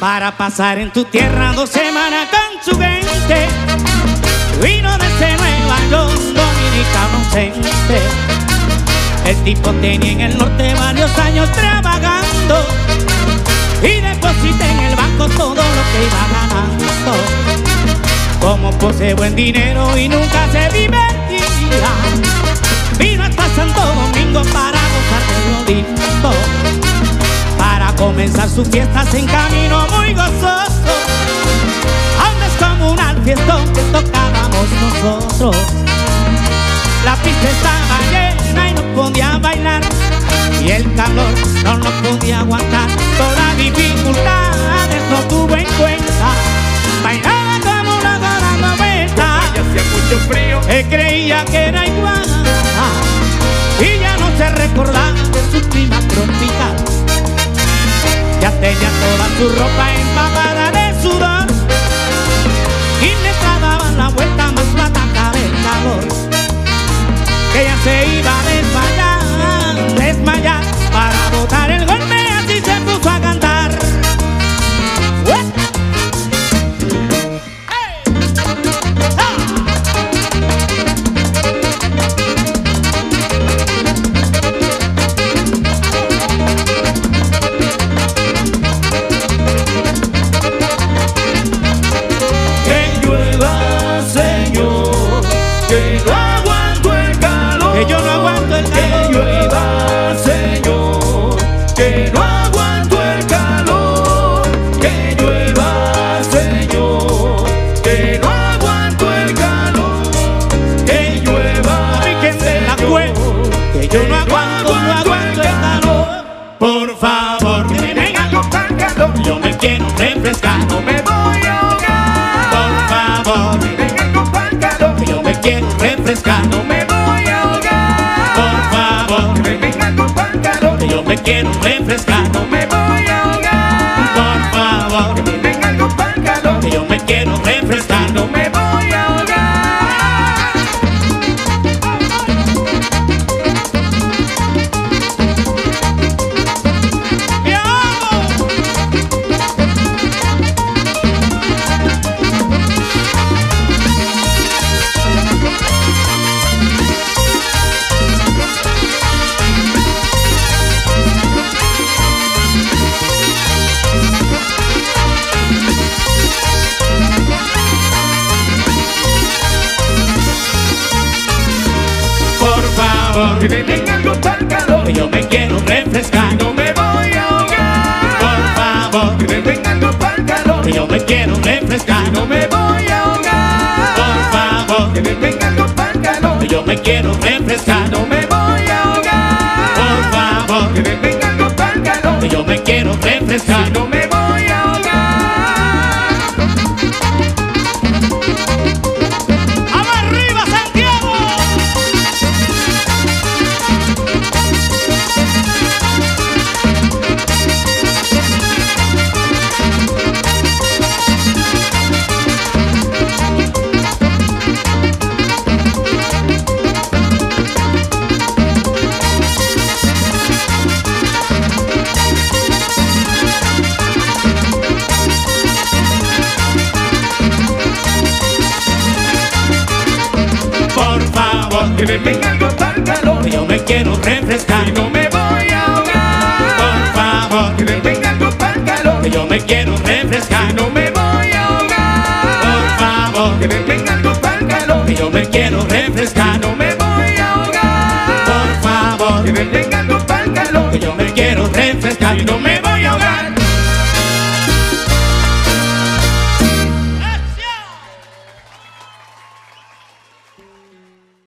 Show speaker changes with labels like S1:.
S1: para pasar en tu tierra dos semanas con su gente. Vino este desde Nueva York, dominicano ausente. El tipo tenía en el norte varios años trabajando y deposita en el banco todo lo que iba ganando. Como posee buen dinero y nunca se divertía, vino hasta Santo Domingo para gozar de lo lindo para comenzar sus fiestas en camino muy gozoso. Aún es como un fiestón que tocábamos nosotros. La pista estaba llena y no podía bailar. Y el calor no nos podía aguantar. Todas dificultades no tuvo en cuenta. Bailaba como una dando vuelta.
S2: hacía mucho frío.
S1: Él creía que era igual. Y ya no se recordaba de su clima tropical ya tenía toda su ropa empapada de sudor y mientras daban la vuelta más la tanta del calor que ella se iba a desmayar, desmayar para botar el golpe así se puso a cantar quiero refrescar.
S2: No me voy a ahogar.
S1: Por favor,
S2: que me venga algo para calor.
S1: Que yo me quiero refrescar.
S2: No me voy a ahogar.
S1: favor,
S2: Que me venga algo para calor.
S1: que yo me quiero refrescar.
S2: No me voy a ahogar.
S1: Por favor,
S2: Que me venga algo para calor.
S1: que yo me quiero refrescar.
S2: No me voy a
S1: Por
S2: ahogar.
S1: favor,
S2: Que me venga algo para calor.
S1: que yo me quiero refrescar.
S2: No me voy
S1: Por
S2: a ahogar. Que
S1: favor,
S2: me venga algo para calor.
S1: que yo me quiero refrescar.
S2: No me voy a ahogar.
S1: ¡Vamos arriba, Santiago! Por favor,
S2: Que me venga algo para calor.
S1: que yo me quiero refrescar.
S2: No me voy a ahogar.
S1: Por favor,
S2: Que me venga algo para calor.
S1: que yo me quiero refrescar.
S2: No me voy a
S1: Por
S2: ahogar.
S1: favor,
S2: Que me venga algo para calor.
S1: que yo me